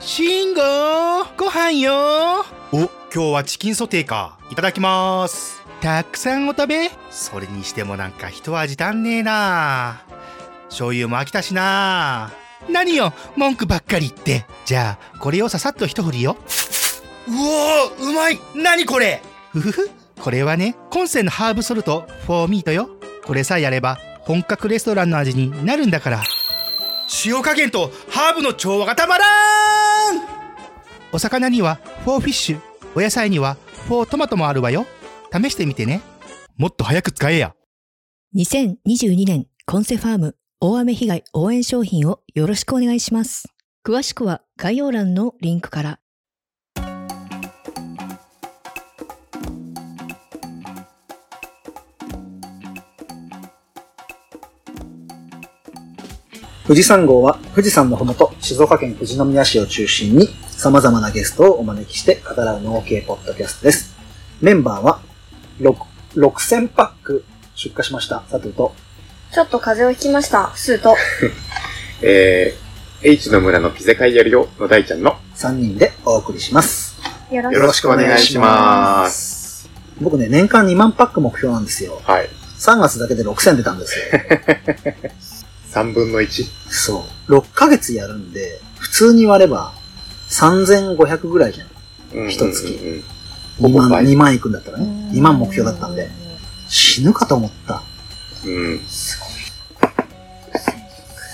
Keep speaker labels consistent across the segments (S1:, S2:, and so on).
S1: 慎吾ご飯よ
S2: お今日はチキンソテーかいただきます
S1: たくさんお食べ
S2: それにしてもなんか一味足んねえな醤油も飽きたしな
S1: 何よ文句ばっかり言ってじゃあこれをささっと一振りよ
S2: うおーうまい何これ
S1: ふふふこれはね今世のハーブソルトフォーミートよこれさえやれば本格レストランの味になるんだから
S2: 塩加減とハーブの調和がたまらん
S1: お魚にはフォーフィッシュお野菜にはフォートマトもあるわよ試してみてね
S2: もっと早く使えや
S3: 2022年コンセファーム大雨被害応援商品をよろしくお願いします。詳しくは概要欄のリンクから。
S4: 富士山号は富士山のふもと、静岡県富士宮市を中心に様々なゲストをお招きして語らう農系ポッドキャストです。メンバーは6、6000パック出荷しました佐藤と、
S5: ちょっと風邪をひきました、スーと。
S6: えー、H の村のピゼ会やるよの大ちゃんの、
S4: 3人でお送りします。
S5: よろ
S6: よろしくお願いします。
S4: 僕ね、年間2万パック目標なんですよ。
S6: はい。
S4: 3月だけで6000出たんですよ。
S6: 3分の 1?
S4: そう。6ヶ月やるんで、普通に割れば3500ぐらいじゃん。
S6: うん
S4: 一月
S6: うんうんうん
S4: 2
S6: ほぼ
S4: 万、
S6: 倍
S4: 2万いくんだったらね。2万目標だったんで。死ぬかと思った。
S6: うん。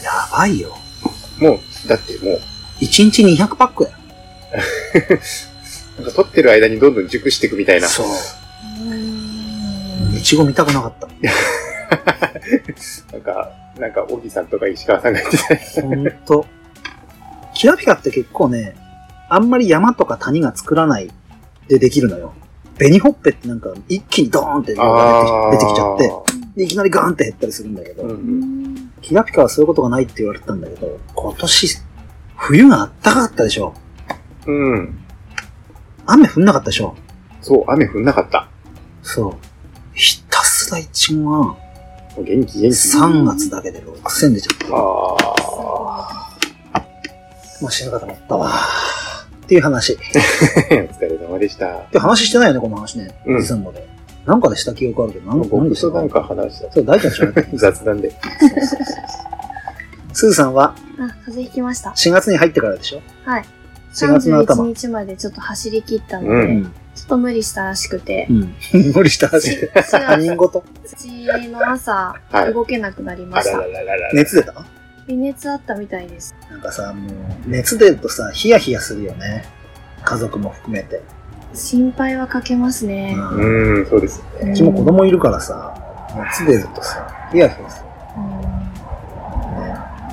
S4: やばいよ。
S6: もう、だってもう、
S4: 1日200パックや。
S6: なんか撮ってる間にどんどん熟していくみたいな。
S4: そう。いちご見たくなかった。
S6: なんか、なんか、小木さんとか石川さんが言ってた。
S4: ほんと。キラピカって結構ね、あんまり山とか谷が作らないでできるのよ。ベニホッペってなんか一気にドーンって量が 出てき出てきちゃって、でいきなりガーンって減ったりするんだけど、
S6: うんうん。
S4: キラピカはそういうことがないって言われてたんだけど、今年、冬があったかかったでしょ。
S6: うん。
S4: 雨降んなかったでしょ。
S6: そう、雨降んなかった。
S4: そう。ひたすらイチゴが
S6: もう元気元気。
S4: 3月だけで6000出ちゃった。
S6: あ
S4: もう死ぬかと思ったわ。っていう話。っ
S6: ーお疲れ様でした。
S4: て話してないよね、この話ね。
S6: うん
S4: いつもで。なんかでした記憶あるけど、なんか何で
S6: 僕
S4: した
S6: となん
S4: か
S6: か話した。
S4: そう、大ちゃんじゃない
S6: 雑談で。
S4: スーさんは
S5: あ、風邪ひきました。
S4: 4月に入ってからでしょ
S5: はい。
S4: 4月の頭
S5: 31。日までちょっと走り切ったので、
S6: う
S4: うん。
S5: ちょっと無理したらしくて
S4: う、ん。無理したらしい。他人事。
S5: 4日の朝、
S6: はい
S5: 動けなくなりま
S6: あ
S5: し
S6: ら
S5: た
S6: ら。ららら。
S4: 熱出た
S5: 微熱あったみたいです。
S4: なんかさ、もう、熱出るとさ、ヒヤヒヤするよね。家族も含めて。
S5: 心配はかけますね。
S4: うんう
S6: うん、そうです。
S5: うん
S4: ちも子供いるからさ、熱出るとさ、ヒヤヒヤする。
S5: うん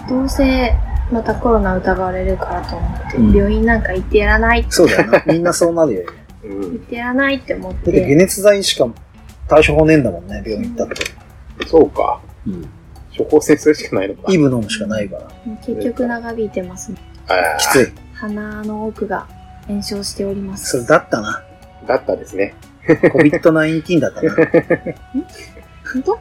S5: どうせ、またコロナ疑われるからと思って、
S4: うん
S5: 病院なんか行ってやらない、
S4: そうだよな。みんなそうなるよ。
S6: う
S5: 行っ
S6: ん。
S5: てやらないって思っ
S4: だって解
S5: て、
S4: 熱剤しか対処法ねえんだもんね、病院行ったって。
S6: そうか。
S4: うん。
S6: 処方箋それしかないのか。
S4: イブ飲むしかないから。
S5: もう結局長引いてますね。
S6: あ
S4: きつい。
S5: 鼻の奥が炎症しております。
S4: それだったな。
S6: ーだったですね。
S4: COVID-19 だったな。
S5: 本当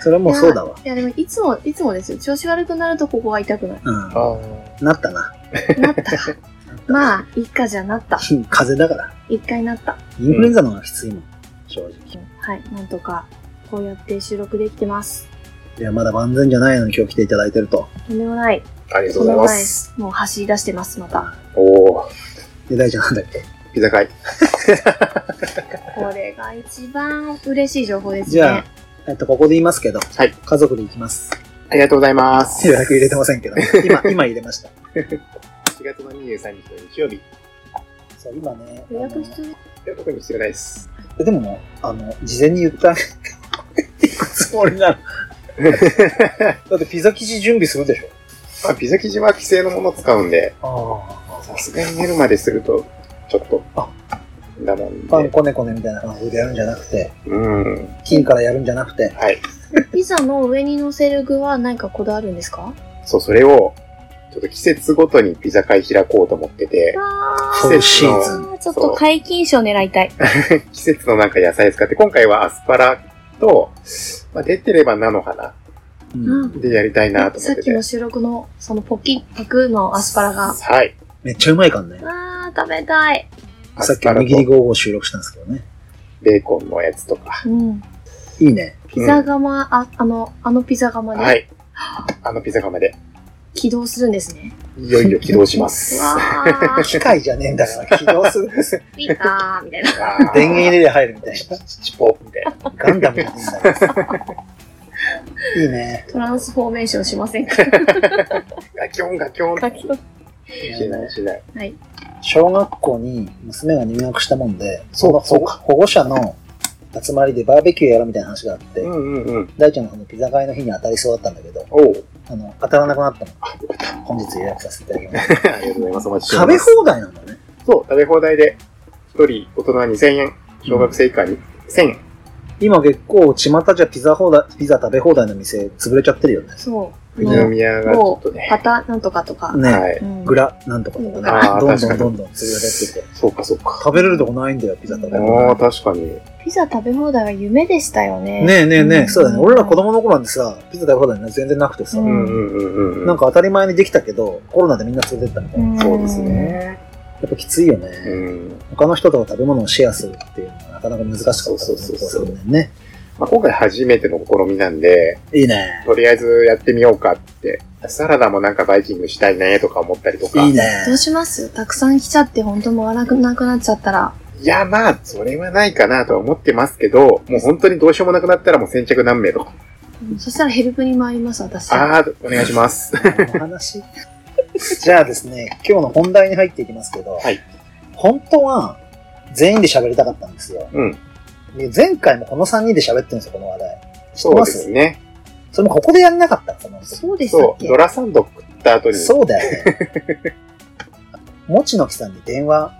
S4: それはもうそうだわ。
S5: いやでもいつも、いつもですよ。調子悪くなるとここが痛くなる。
S4: う
S6: あ
S4: ん。なったな。
S5: なったか。まあ、いっかじゃなった。
S4: 風邪だから。
S5: 一回なった。
S4: インフルエンザの方がきついもん。正直。
S5: はい、なんとか、こうやって収録できてます。
S4: いや、まだ万全じゃないのに今日来ていただいてると。
S5: とんでもない。
S6: ありがとう
S5: とん
S6: ご
S5: でも
S6: ざいま。
S5: ないですす。もう走り出してます、また。
S6: おー、
S4: で、大ちゃんなんだっけ
S6: ピザ会。
S5: これが一番嬉しい情報ですね。
S4: じゃあ、えっと、ここで言いますけど。
S6: はい
S4: 家族で行きます。
S6: ありがとうございます。
S4: 予約入れてませんけど。今、今入れました。
S6: 4月の23日の日曜日。い
S4: そう、今ね。
S5: 予約必
S6: や、特に必要ないです。
S4: 要でも、あの、事前に言った。行くつもりなの。 だってピザ生地準備するでしょ
S6: まあ、ピザ生地は既製のものを使うんで、
S4: あ
S6: さすがに寝るまですると、ちょっと、
S4: あ
S6: だもん
S4: パン
S6: で。
S4: コネコネみたいな感じでやるんじゃなくて、
S6: うん。
S4: 金からやるんじゃなくて、
S6: はい。
S5: 要。ピザの上に乗せる具は何かこだわるんですか
S6: そう、それを、ちょっと季節ごとにピザ会開こうと思ってて、
S5: あ
S4: そうシーズン。
S5: ー、ちょっと解禁賞狙いたい。
S6: 季節のなんか野菜使って、今回はアスパラと、まあ、出てれば菜の花
S4: うん
S5: うん
S6: でやりたいなと思
S5: さ
S6: っ
S5: ってき
S6: て
S5: の。収録の、そのポキッパクのアスパラが
S6: はい。
S4: めっちゃうまいからね。
S5: あー、食べたい。
S6: ア
S4: さっ
S6: ス
S4: きお
S6: パラ
S4: にぎり
S6: と
S4: 5号収録したんですけどね。
S6: ベーコンのやつとか。
S5: うん。
S4: いいね。
S5: ピザ窯、あ、あの、あのピザ窯で、
S6: はい。あのピザ窯で、
S5: 起動するんですね。
S6: いよいよ起動し ます。
S5: わー、
S4: 機械じゃねえんだから、起動するん ですよ。
S5: ピッカーみたいな。
S6: あー
S4: 電源入れで入るみたい
S6: チッチッポーみたいな。
S4: な。ガンダムじゃねえんだから。いいね。
S5: トランスフォーメーションしませんか
S6: ガキョンガキョン。しないしない。
S5: はい。
S4: 小学校に娘が入学したもんで、
S6: そう
S4: の
S6: そう
S4: 保保護者の集まりでバーベキューやろうみたいな話があって、
S6: うんうんうん。
S4: 大ちゃんのそのピザ会の日に当たりそうだったんだけど、
S6: おう。
S4: あの、当たらなくなったの。本日予約させていただきました。
S6: ありがとうございます。お待ちしてお
S4: 食
S6: り
S4: べ
S6: ます。
S4: 放題なんだね。
S6: そう、食べ放題で、一人大人2000円、小学生以下に1000円。
S4: 今結構巷じゃピザ放題、ピザ食べ放題の店潰れちゃってるよね。
S5: そう。
S6: 富士宮がちょっとね。
S5: パタなんとかとか。
S4: ね、
S6: はい。
S5: うん
S4: グラなんとかとかね
S6: あー、
S4: どん
S6: 確
S4: どん
S6: かに
S4: どんどん潰れちゃってて、
S6: そうかそうか。
S4: 食べれるとこないんだよ、ピザ食べ放
S6: ああ、
S4: 題。
S6: 確かに。
S5: ピザ食べ放題は夢でしたよね。
S4: ねえねえねえ、そうだね。
S5: ん
S4: 俺ら子供の頃なんてさ、ピザ食べ放題なんて全然なくてさ、
S5: う
S6: うんんうんうんうん。
S4: なんか当たり前にできたけど、コロナでみんな連れてったみたいな。
S5: ん
S6: そうですね。
S4: やっぱきついよね。
S6: うん。
S4: 他の人と食べ物をシェアするっていうのはなかなか難しかったと思
S6: そうそうそうそう
S4: これねね。
S6: まあ、今回初めての試みなんで、
S4: いいね。
S6: とりあえずやってみようかって。サラダもなんかバイキングしたいねとか思ったりとか。
S4: いいね。
S5: どうしますたくさん来ちゃって、本当もう荒なくなっちゃったら。
S6: いや、まあ、それはないかなとは思ってますけど、もう本当にどうしようもなくなったらもう先着何名とか。
S5: うんそしたらヘルプに回ります、私。
S6: ああ、お願いします。
S4: お話。 じゃあですね、今日の本題に入っていきますけど、
S6: はい
S4: 本当は全員で喋りたかったんですよ。
S6: うん。
S4: で前回もこの3人で喋ってるんですよ、この話題。
S6: そうですね。
S4: それもここでやんなかったこの
S5: そうでしたっ
S6: そう、
S5: け
S6: ドラサンド食った後に。
S4: そうだよね。 もちのきさんに電話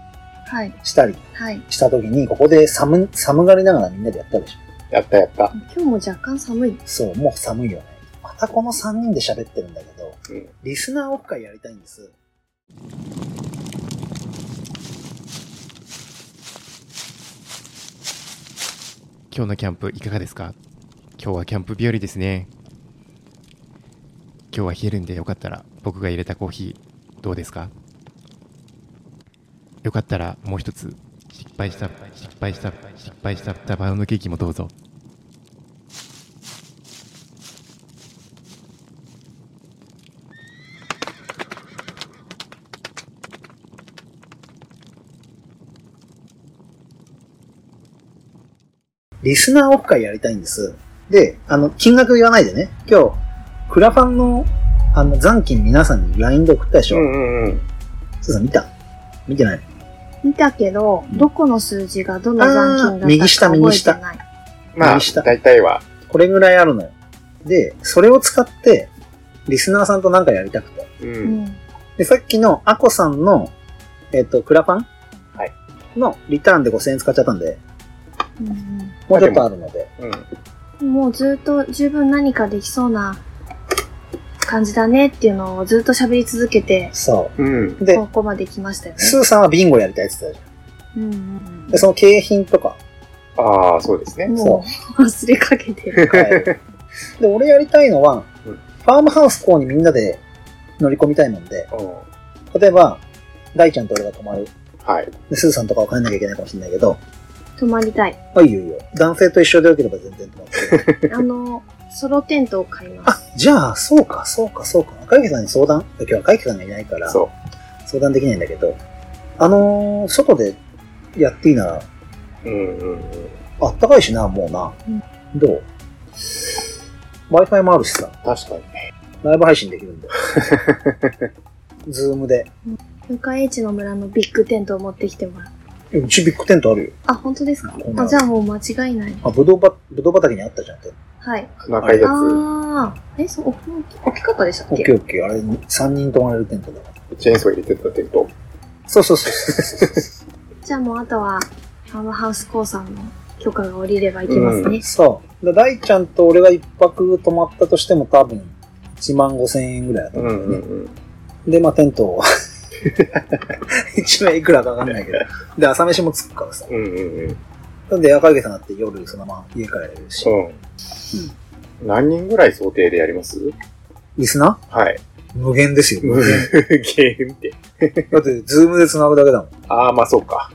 S5: はい。
S4: したり
S5: はい。
S4: した時に、ここで寒、寒がりながらみんなでやったでしょ。
S6: やったやった。
S5: 今日も若干寒い。
S4: そう、もう寒いよね。またこの3人で喋ってるんだけど、
S6: うん
S4: リスナーオフ会やりたいんです。
S7: 今日のキャンプいかがですか今日はキャンプ日和ですね今日は冷えるんでよかったら僕が入れたコーヒーどうですかよかったらもう一つ失敗した失敗した失敗したダバウンドケーキもどうぞ
S4: リスナーオフ会やりたいんです。で、あの、金額言わないでね。今日、クラファンの、あの、残金皆さんに LINE で送ったでし
S6: う
S4: ょ。
S6: んうんうん。
S4: スーさん見た見てない
S5: 見たけど、どこの数字がどの残金だった
S4: あー
S5: か
S4: 右下
S5: 覚えてない。
S6: まあ、
S4: 右下
S6: 大体は。
S4: これぐらいあるのよ。で、それを使って、リスナーさんとなんかやりたくて。
S6: う。
S5: うんん。
S4: で、さっきのアコさんの、えっ、と、クラファン
S6: はい
S4: のリターンで5000円使っちゃったんで、
S5: うん
S4: もうちょっとあるので。
S6: うん。
S5: うんもうずっと十分何かできそうな感じだねっていうのをずっと喋り続けて、
S4: そ
S6: うん。
S4: う。で
S5: こ、こまで来ましたよね。
S4: スーさんはビンゴやりたいって言ってたじ
S5: うんうん
S4: ゃん。で、その景品 とか
S6: ああ、そうです
S5: う
S6: ね
S5: ん。。
S4: そ
S5: もう忘れかけて る。
S4: 買える。で、俺やりたいのは、
S6: うん
S4: ファームハウス校にみんなで乗り込みたいもんで、
S6: うん。
S4: 例えば、大ちゃんと俺が泊まる。
S6: はい。
S4: で、スーさんとかは帰んなきゃいけないかもしれないけど、
S5: 泊まり たい。
S4: あ、いいよいいよ。男性と一緒でよければ全然泊まって。
S5: あの、ソロテントを買います。
S4: あ、じゃあ、そうか、そうか、そうか。赤池さんに相談今日赤池さんがいないから、
S6: そ
S4: 相談できないんだけど、あのー外でやっていいなら、
S6: う。うんうんうん。
S4: あったかいしな、もうな。
S5: うん
S4: どう ?Wi-Fi もあるしさ、
S6: 確かにね。
S4: ライブ配信できるん だよ。ズームで。
S5: 向かい地の村のビッグテントを持ってきてもらう。
S4: えうちビッグテントあるよ。
S5: あ、本当ですか
S4: うん
S5: あ、じゃあもう間違いない。
S4: あ、ぶどうば、ぶどう畑にあったじゃんって。
S5: はい。
S6: 仲いいやつ。
S5: ああ。え、そう、大きかったでした
S4: オ
S5: っ
S4: ッ
S5: け
S4: ケーオッケー。あれ、3人泊まれるテントだから。
S6: チェーンソー入れてたテント。
S4: そうそうそう。
S5: じゃあもうあとは、ファームハウスコさんの許可が下りればいけます ね。
S4: そう。だ大ちゃんと俺が一泊泊まったとしても多分、1万5千円ぐらいだと
S6: う
S4: 思うんだ
S6: ん
S4: よ
S6: う
S4: ね。
S6: んうん。
S4: で、まあ、テン トを一名いくらかわかんないけど。で、朝飯もつくからさ。
S6: うんうんうん。
S4: なんで、赤池さんだって夜、そのまま家からやるし。
S6: うん。何人ぐらい想定でやります
S4: リスナ
S6: はい。
S4: ー無限ですよ。
S6: 無限って。
S4: だって、ズームで繋ぐだけだもん。
S6: ああ、まあそうか。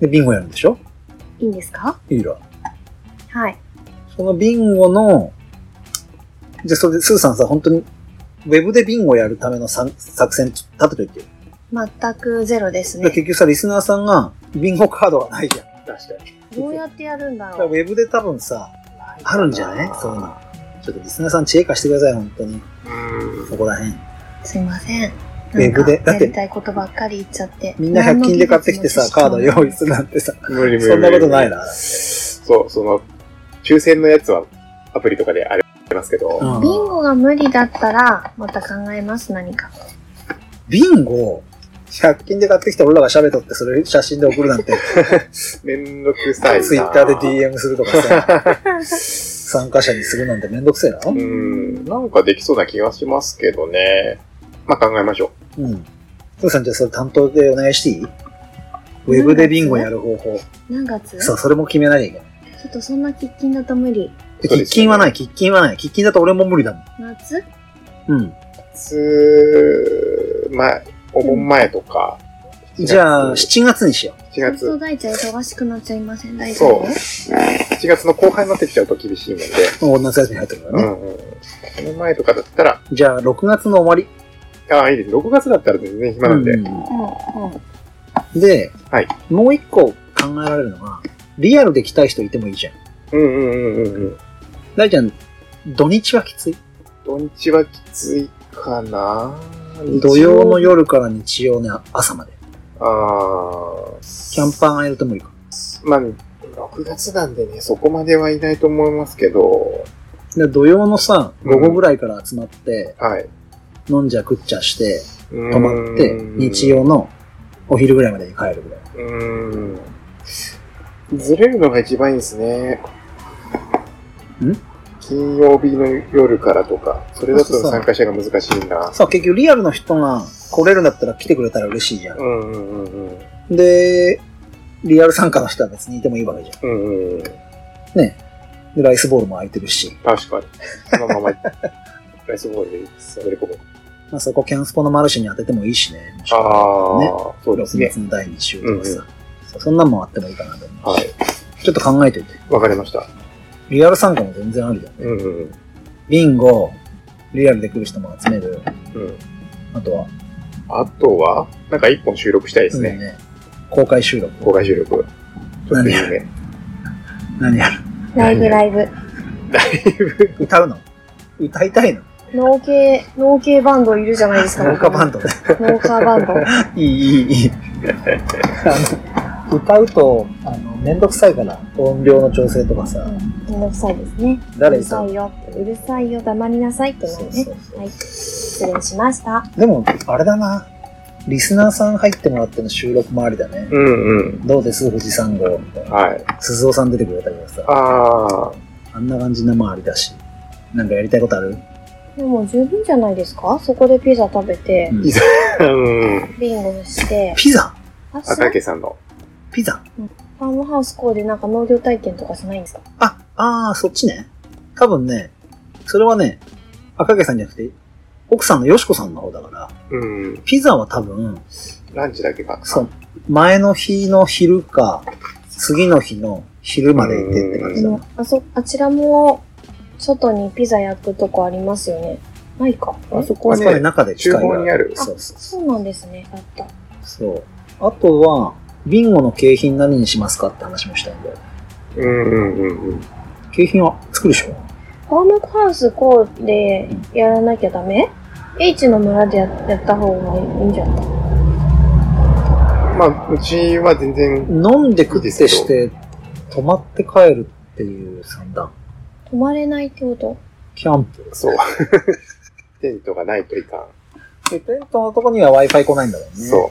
S4: で、ビンゴやるんでしょ
S5: いいんですか
S4: いいら。
S5: はい。
S4: そのビンゴの、じゃあそれで、スーさんさ、本当に、ウェブでビンゴやるためのさ作戦立てといてよ。
S5: 全くゼロです
S4: で
S5: ね。
S4: 結局さ、リスナーさんが、ビンゴカードがないじゃん。だ
S6: 確かに。
S5: どうやってやるんだ
S4: から
S5: ろ
S4: ウ
S5: う。
S4: ェブで多分さ、あるんじゃないそういうの。ちょっとリスナーさん知恵化してください、本当に。
S6: うん。
S4: そこら辺。
S5: すいません。
S4: ウェブで
S5: なんか
S4: だって
S5: やりたいことばっかり言っちゃって。
S4: みんな100均で買ってきてさ、カード用意するなんてさ、
S6: 無理無理無理。
S4: そんなことないな。
S6: そう、その、抽選のやつはアプリとかであれますけど、
S5: ビンゴが無理だったら、また考えます、何か。
S4: ビンゴ、100均で買ってきて俺らが喋っとって、それ写真で送るなんて、
S6: めんどくさいな。
S4: ツイッターで DM するとかさ、参加者にするなんてめんどくせえな。
S6: うん。なんかできそうな気がしますけどね。まあ考えましょ
S4: うん。父さん、じゃあそれ担当でお願いしていいウェブでビンゴやる方法。
S5: 何月
S4: そう、それも決めなきゃいけない。
S5: ちょっとそんな喫緊だと無理。
S4: で
S6: そうで
S4: 喫
S6: すよ
S4: 緊
S6: ね
S4: はない、喫緊はない。喫緊だと俺も無理だも
S5: 夏
S4: ん。うん。
S6: う。つー、まあ、お盆前とか、
S4: じゃあ、
S6: 7
S4: 7月にしよ
S6: 月
S5: 夏と大ちゃん忙しくなっちゃいません大丈
S6: そう
S5: 夫。
S6: 7月の後半になってきちゃうと厳しいもんで、
S4: う。もう夏休み入ってるか
S6: う
S4: らね。
S6: んうん。その前とかだったら、
S4: じゃあ、6月の終わり。
S6: ああ、いいです。6月だったら全然暇なんで。
S4: う
S5: うんうん。
S4: んで、
S6: はい
S4: もう一個考えられるのが、リアルで来たい人いてもいいじゃん。
S6: うんうんうんうんうん。
S4: 大ちゃん、土日はきつい
S6: 土日はきついかな
S4: 土曜の。夜から日曜の朝まで。
S6: ああ。
S4: キャンパーがいると無理か。
S6: まあ、6月なんでね、そこまではいないと思いますけど、
S4: で土曜のさ、午後ぐらいから集まって、
S6: はい。
S4: 飲んじゃ食っちゃして、
S6: 止
S4: 泊まって、日。曜のお昼ぐらいまでに帰るぐらい。
S6: うーん。ずれるのが一番いいですね。
S4: ん
S6: 金曜日の夜からとか、それだ
S4: そう
S6: と
S4: そう
S6: 参加者が難しいな。
S4: さあ結局リアルの人が来れるんだったら来てくれたら嬉しいじゃん
S6: う。んうんうんうん。
S4: で、リアル参加の人は別にいてもいいわけじゃ
S6: うんう
S4: ん。
S6: ん。
S4: ね。で、ライスボールも空いてるし、
S6: 確かに。そのまま、ライスボールで滑り込む。
S4: まあ、そこキャンスポのマルシェに当ててもいいしね。
S6: ああ、
S4: ね
S6: そうです
S4: 6
S6: ね。
S4: 月の第2週とか
S6: うんう
S4: さ。そうそんなんもあってもいいかなと思うし
S6: はい。
S4: ちょっと考えておいて。
S6: わかりました。
S4: リアル参加も全然ありだよね。
S6: うんうんうん。
S4: ビンゴ、リアルで来る人も集める。
S6: うん、
S4: あとは、
S6: あとは、なんか一本収録したいですね。
S4: ね公開収録。
S6: 公開収録。ちょっといいね。
S4: 何やる
S5: ライブライブ。
S4: 歌うの歌いたいの
S5: 農系、農系バンドいるじゃないですか。
S4: 農家バンドね。
S5: ド。農家バンド。
S4: いい、いい、いい。あの、歌うと、あの、めんどくさいから、音量の調整とかさ。
S5: めんどくさいですね。
S4: 誰
S5: うる
S4: 歌
S5: さ
S4: う
S5: いよって。うるさいよ、黙りなさいってな
S4: そ
S5: る
S4: う
S5: ね
S4: そ。うそう
S5: はい。失礼しました。
S4: でも、あれだな。リスナーさん入ってもらっての収録もありだね。
S6: うんうん。
S4: どうです富士山号みたいな。
S6: はい。
S4: 鈴尾さん出てくれたけどさ。
S6: ああ、
S4: あんな感じのもありだし。なんかやりたいことある
S5: でも十分じゃないですかそこでピザ食べて、
S4: うん
S6: うん。
S5: ビンゴして、
S4: ピザ
S5: あ、そう
S6: 赤池さんの。
S4: ピザ
S5: ファームハウスこうでなんか農業体験とかしないんですか
S4: あ、あー、そっちね。多分ね、それはね、赤毛さんじゃなくて、奥さんのよしこさんの方だから、
S6: うん。
S4: ピザは多分、
S6: ランチだけか。
S4: そう、前の日の昼か、次の日の昼までいてって感じだ
S5: う。
S4: なん
S5: あそ、あちらも、外にピザ焼くとこありますよね。ないか。
S6: あそ
S4: あ
S6: こは
S4: そこで
S6: ね、
S4: 中で機械が
S6: 厨房にある
S4: そうそうそ
S5: そうなんですね。あった。
S4: う。そう。あとは、ビンゴの景品何にしますかって話もしたいんだよ。
S6: うんうんうんうん。
S4: 景品は作るでしょ
S5: ファームハウスこうでやらなきゃダメ ?H の村でややった方がいいんじゃない
S6: まあ、うちは全然、
S4: 飲んで食ってして、泊まって帰るっていう算段。
S5: 泊まれないってこと
S4: キャンプ。
S6: そう。テントがないといかん。
S4: で、テントのとこには Wi-Fi 来ないんだろうね。
S6: そ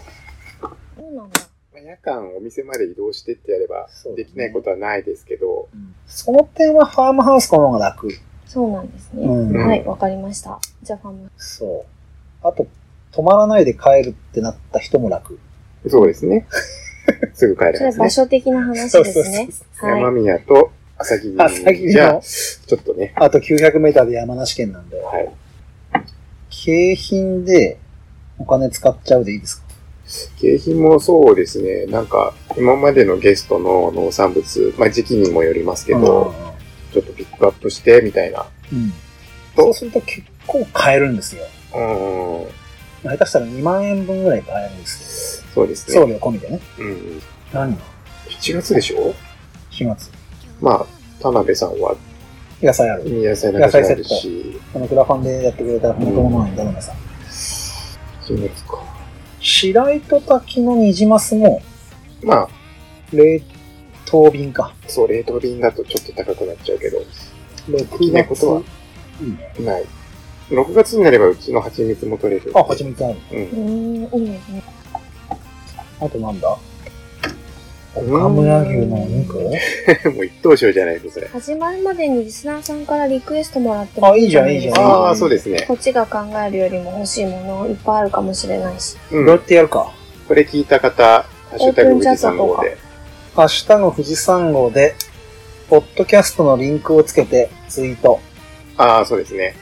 S6: う。
S5: そうなんだ。
S6: まあ夜間お店まで移動してってやれば
S4: そうだね
S6: できないことはないですけど、
S4: うん。その点はファームハウスの方が楽。
S5: そうなんですね。
S4: うん
S5: はい、わかりました。じゃあファーム。
S4: そう。あと、泊まらないで帰るってなった人も楽。
S6: そうですね。 すぐ帰れ
S5: それ
S6: ま
S5: は
S6: すね
S5: 場。所的な話ですね。
S6: 山
S5: はい。
S6: 宮と朝霧
S4: 朝霧
S6: じゃ
S4: の、
S6: ちょっとね、
S4: あと900メーターで山梨県なんで、
S6: はい。
S4: 景品でお金使っちゃうでいいですか
S6: 景品もそうですね。なんか、今までのゲストの農産物、まあ時期にもよりますけど、ちょっとピックアップして、みたいな。
S4: うん。
S6: ど
S4: そうすると結構買えるんですよ。
S6: うんうん、
S4: 下手したら2万円分ぐらい買えるんです
S6: そうですね。
S4: よ。送料込みでね。
S6: うんうん。
S4: 何
S6: 7月でしょ
S4: 飛沫
S6: まあ、田辺さんは
S4: 野菜ある。
S6: 野菜なんかあるし、
S4: このクラファンでやってくれた本当のものに頼むさん。
S6: 7月か。
S4: 白糸滝のニジマスも
S6: まあ、
S4: 冷凍便か。
S6: そう、冷凍便だとちょっと高くなっちゃうけど、
S4: 6
S6: きないことはない。6月になればうちの蜂蜜も取れる。
S4: あ、蜂蜜ある。
S6: うん。
S5: ん、いいですね。
S4: あとなんだ岡村牛のお肉
S6: もう一等賞じゃないと、それ。
S5: 始まるまでにリスナーさんからリクエストもらっても
S4: あ、いいじゃん、いいじゃん。
S6: ああ、そうですね。
S5: こっちが考えるよりも欲しいものいっぱいあるかもしれないし。
S6: う
S4: どうや
S6: ん
S4: っ。てやるか。
S6: これ聞いた方、ハッシュタグ富士山の方で。
S4: ハッシュタグ富士山号で、ポッドキャストのリンクをつけてツイート。
S6: ああ、そうですね。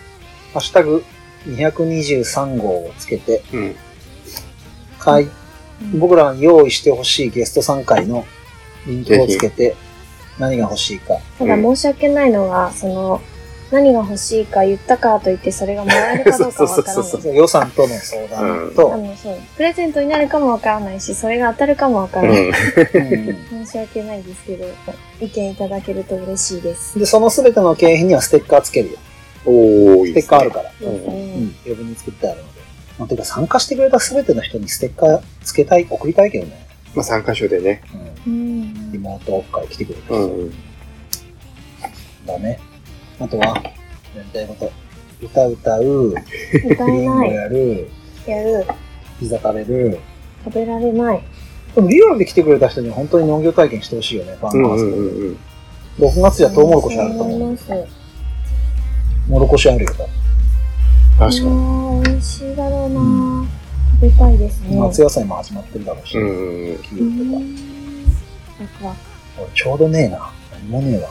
S4: ハッシュタグ223号をつけて、
S6: うん。
S4: 回僕らに用意してほしいゲスト参回のリンクをつけて、何が欲しいか。
S5: ただ申し訳ないのが、その、何が欲しいか言ったからといってそれがもらえるかどうかわ から
S6: そう
S5: な
S6: そう
S5: い。
S4: 予算との相談と、
S5: あの、そう。プレゼントになるかもわからないし、それが当たるかもわか
S6: う
S5: らない。
S4: う
S6: ん。
S4: ん
S5: 申し訳ないですけど、意見いただけると嬉しいです。
S4: で、そのすべての景品にはステッカーつけるよ。
S6: おー、いい
S4: ス
S6: で
S4: テッ
S6: す
S4: カーある
S6: ね。
S4: から。
S5: です
S4: う
S5: ね。
S4: ん。余分に作ってあるので。まあ、てか参加してくれたすべての人にステッカーつけたい、送りたいけどね。
S6: まあ、3箇所でね。
S4: うん。
S5: うん
S4: リ モートオフ会来てくれた人
S6: うんうん。
S4: だね。あとは、やりたいこと。歌歌う、
S5: 歌
S4: リン
S5: え
S4: ゴ
S5: ない。
S4: やる、
S5: やる。
S4: ピザ食べる。
S5: 食べられない。
S4: でもリアルで来てくれた人には本当に農業体験してほしいよね、ファン
S6: うん
S4: の
S6: う
S4: 発
S6: ん
S4: 表で。
S6: うんうん。
S4: 6月じゃトウモロコシあると思
S5: 思
S4: う
S5: い。ます。
S4: モロコシあるよ。
S6: 確かに。
S5: に。美味しいだろうな食べたいですね。
S4: 夏野菜も始まってるだろうし。
S6: うん
S4: キ
S6: うんうん。
S4: ウイとか。
S5: うん。ワクワク
S4: 俺ちょうどねえな。何もねえわ。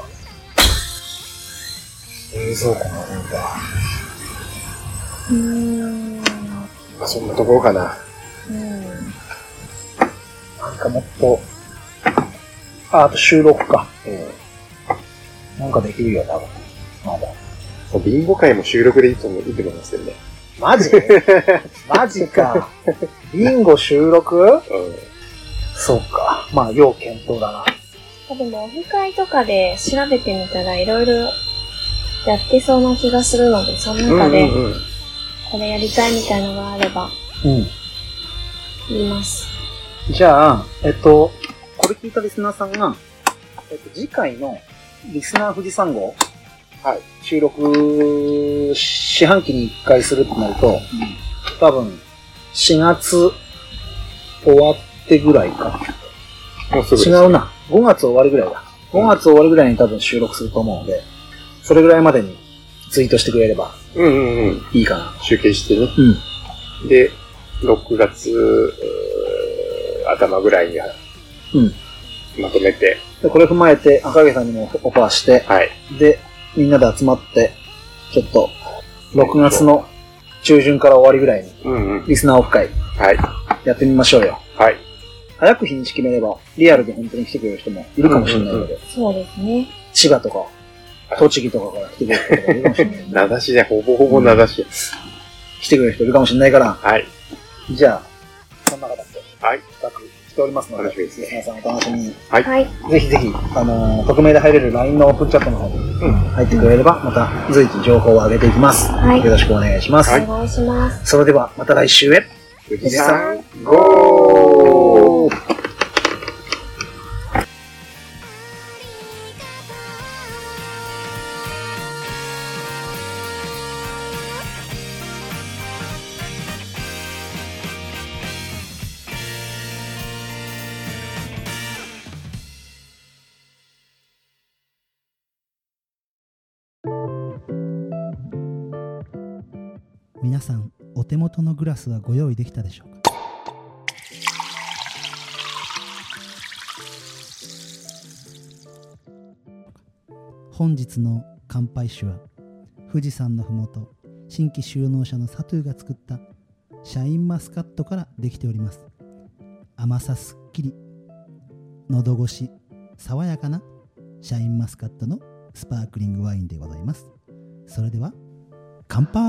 S4: 冷蔵庫の方が。
S5: うーん。うん。
S6: まあ、そんなところかな。
S4: なんかもっと、あ、あと収録か。なんかできるよ、多分。まだ。
S6: もうビンゴ会も収録でいいと思ういいと思いますけどね。
S4: マジマジか。ビンゴ収録
S6: う
S4: そうか。まあ、要検討だな。
S5: あでも、オフ会とかで調べてみたらいろいろやってそうな気がするので、その
S6: ん。う
S5: 中
S6: んう
S5: で
S6: んうん。
S5: これやりたいみたいのがあれば
S4: うん。
S5: 言います。
S4: じゃあ、えっと、これ聞いたリスナーさんが、えっと、次回のリスナー富士山号、
S6: はい、
S4: 収録、四半期に一回するってなると、多分、4月終わってぐらいか。
S6: もうすぐです
S4: 違うな。5月終わりぐらいだ。5月終わりぐらいに多分収録すると思うので、それぐらいまでにツイートしてくれれば
S6: うんうんうん。
S4: いいかな。
S6: 集計してね。
S4: うん。
S6: で、6月うー頭ぐらいには
S4: うん。
S6: まとめて、
S4: で、これ踏まえて、赤毛さんにもオファーして、
S6: はい。
S4: で、みんなで集まって、ちょっと、6月の中旬から終わりぐらいに、
S6: うんうん。
S4: リスナーオフ会
S6: はい。
S4: やってみましょうよ。
S6: はい。
S4: 早く日にち決めれば、リアルで本当に来てくれる人もいるかもしれないので、
S5: そうですね。
S4: 千葉とか、栃木とかから来てくれる人がいるか もしれない。
S6: 名指しね、ほぼほぼ名指し。
S4: 来てくれる人いるかもしれないから、
S6: はい。
S4: じゃあ、そんな形で、
S6: はい。
S4: しておりますの
S6: 楽し
S4: で、
S6: みですね。
S4: 皆さんお楽しみに。
S6: はい
S5: はい。
S4: ぜひぜひ、あのー匿名で入れる LINE のオープンチャットの方に
S6: うん。
S4: 入ってくれれば、また随時情報を上げていきます。
S5: はい
S4: よろしくお願いします。
S5: お願いします。
S4: それでは、また来週へ。
S6: 富士
S4: 士
S6: 山
S4: 山、
S6: ゴー
S8: 皆さんお手元のグラスはご用意できたでしょうか本日の乾杯酒は富士山のふもと新規収納者のサトゥーが作ったシャインマスカットからできております甘さすっきり喉越し爽やかなシャインマスカットのスパークリングワインでございますそれでは乾杯